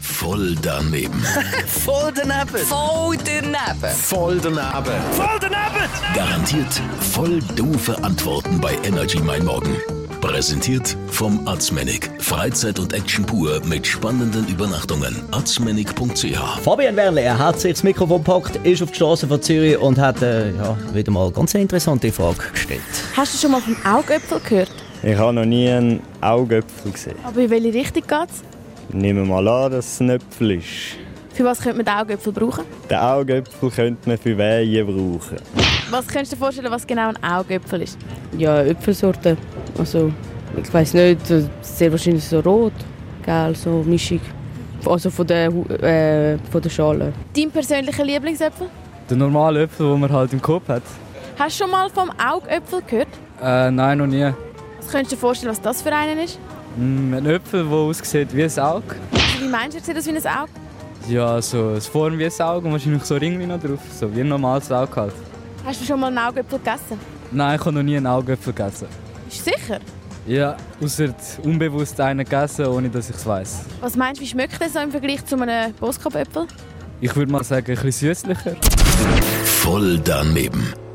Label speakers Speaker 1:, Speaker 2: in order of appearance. Speaker 1: Voll daneben.
Speaker 2: Voll daneben.
Speaker 3: Voll daneben.
Speaker 1: Voll daneben.
Speaker 2: Voll daneben.
Speaker 1: Garantiert voll doofe Antworten bei Energy Mein Morgen. Präsentiert vom Arzmenig. Freizeit und Action pur mit spannenden Übernachtungen. Arzmenig.ch
Speaker 4: Fabian Werle, er hat sich das Mikrofon gepackt, ist auf die Straße von Zürich und hat äh, ja, wieder mal ganz eine interessante Frage gestellt.
Speaker 5: Hast du schon mal vom Augöpfel gehört?
Speaker 6: Ich habe noch nie einen Augöpfel gesehen.
Speaker 5: Aber in welche Richtung geht's?
Speaker 6: Nehmen wir mal an, dass es ein Äpfel ist.
Speaker 5: Für was könnte man den Augöpfel brauchen?
Speaker 6: Den Augöpfel könnte man für Wehen brauchen.
Speaker 5: Was könntest du dir vorstellen, was genau ein Augöpfel ist?
Speaker 7: Ja, Äpfelsorte. Also, ich weiß nicht, äh, sehr wahrscheinlich so rot, gell, so mischig. Also von der, Hu- äh, von der Schale.
Speaker 5: Dein persönlicher Lieblingsäpfel?
Speaker 8: Der normale Äpfel, den man halt im Kopf hat?
Speaker 5: Hast du schon mal vom Augöpfel gehört?
Speaker 8: Äh, nein, noch nie.
Speaker 5: Was könntest du dir vorstellen, was das für einen ist?
Speaker 8: Mm, ein Äpfel, der aussieht wie ein Auge.
Speaker 5: Also, Wie meinst du, sieht das wie ein Auge?
Speaker 8: Ja, so eine Form wie ein Auge und wahrscheinlich so Ringli noch drauf. So wie ein normales Auge halt.
Speaker 5: Hast du schon mal einen Augöpfel gegessen?
Speaker 8: Nein, ich habe noch nie einen Augäpfel gegessen.
Speaker 5: Bist du sicher?
Speaker 8: Ja, außer unbewusst einen gegessen, ohne dass ich es weiss.
Speaker 5: Was meinst du, wie schmeckt das so im Vergleich zu einem Boskopöpfel?
Speaker 8: Ich würde mal sagen, ein bisschen süßlicher.
Speaker 1: Voll daneben.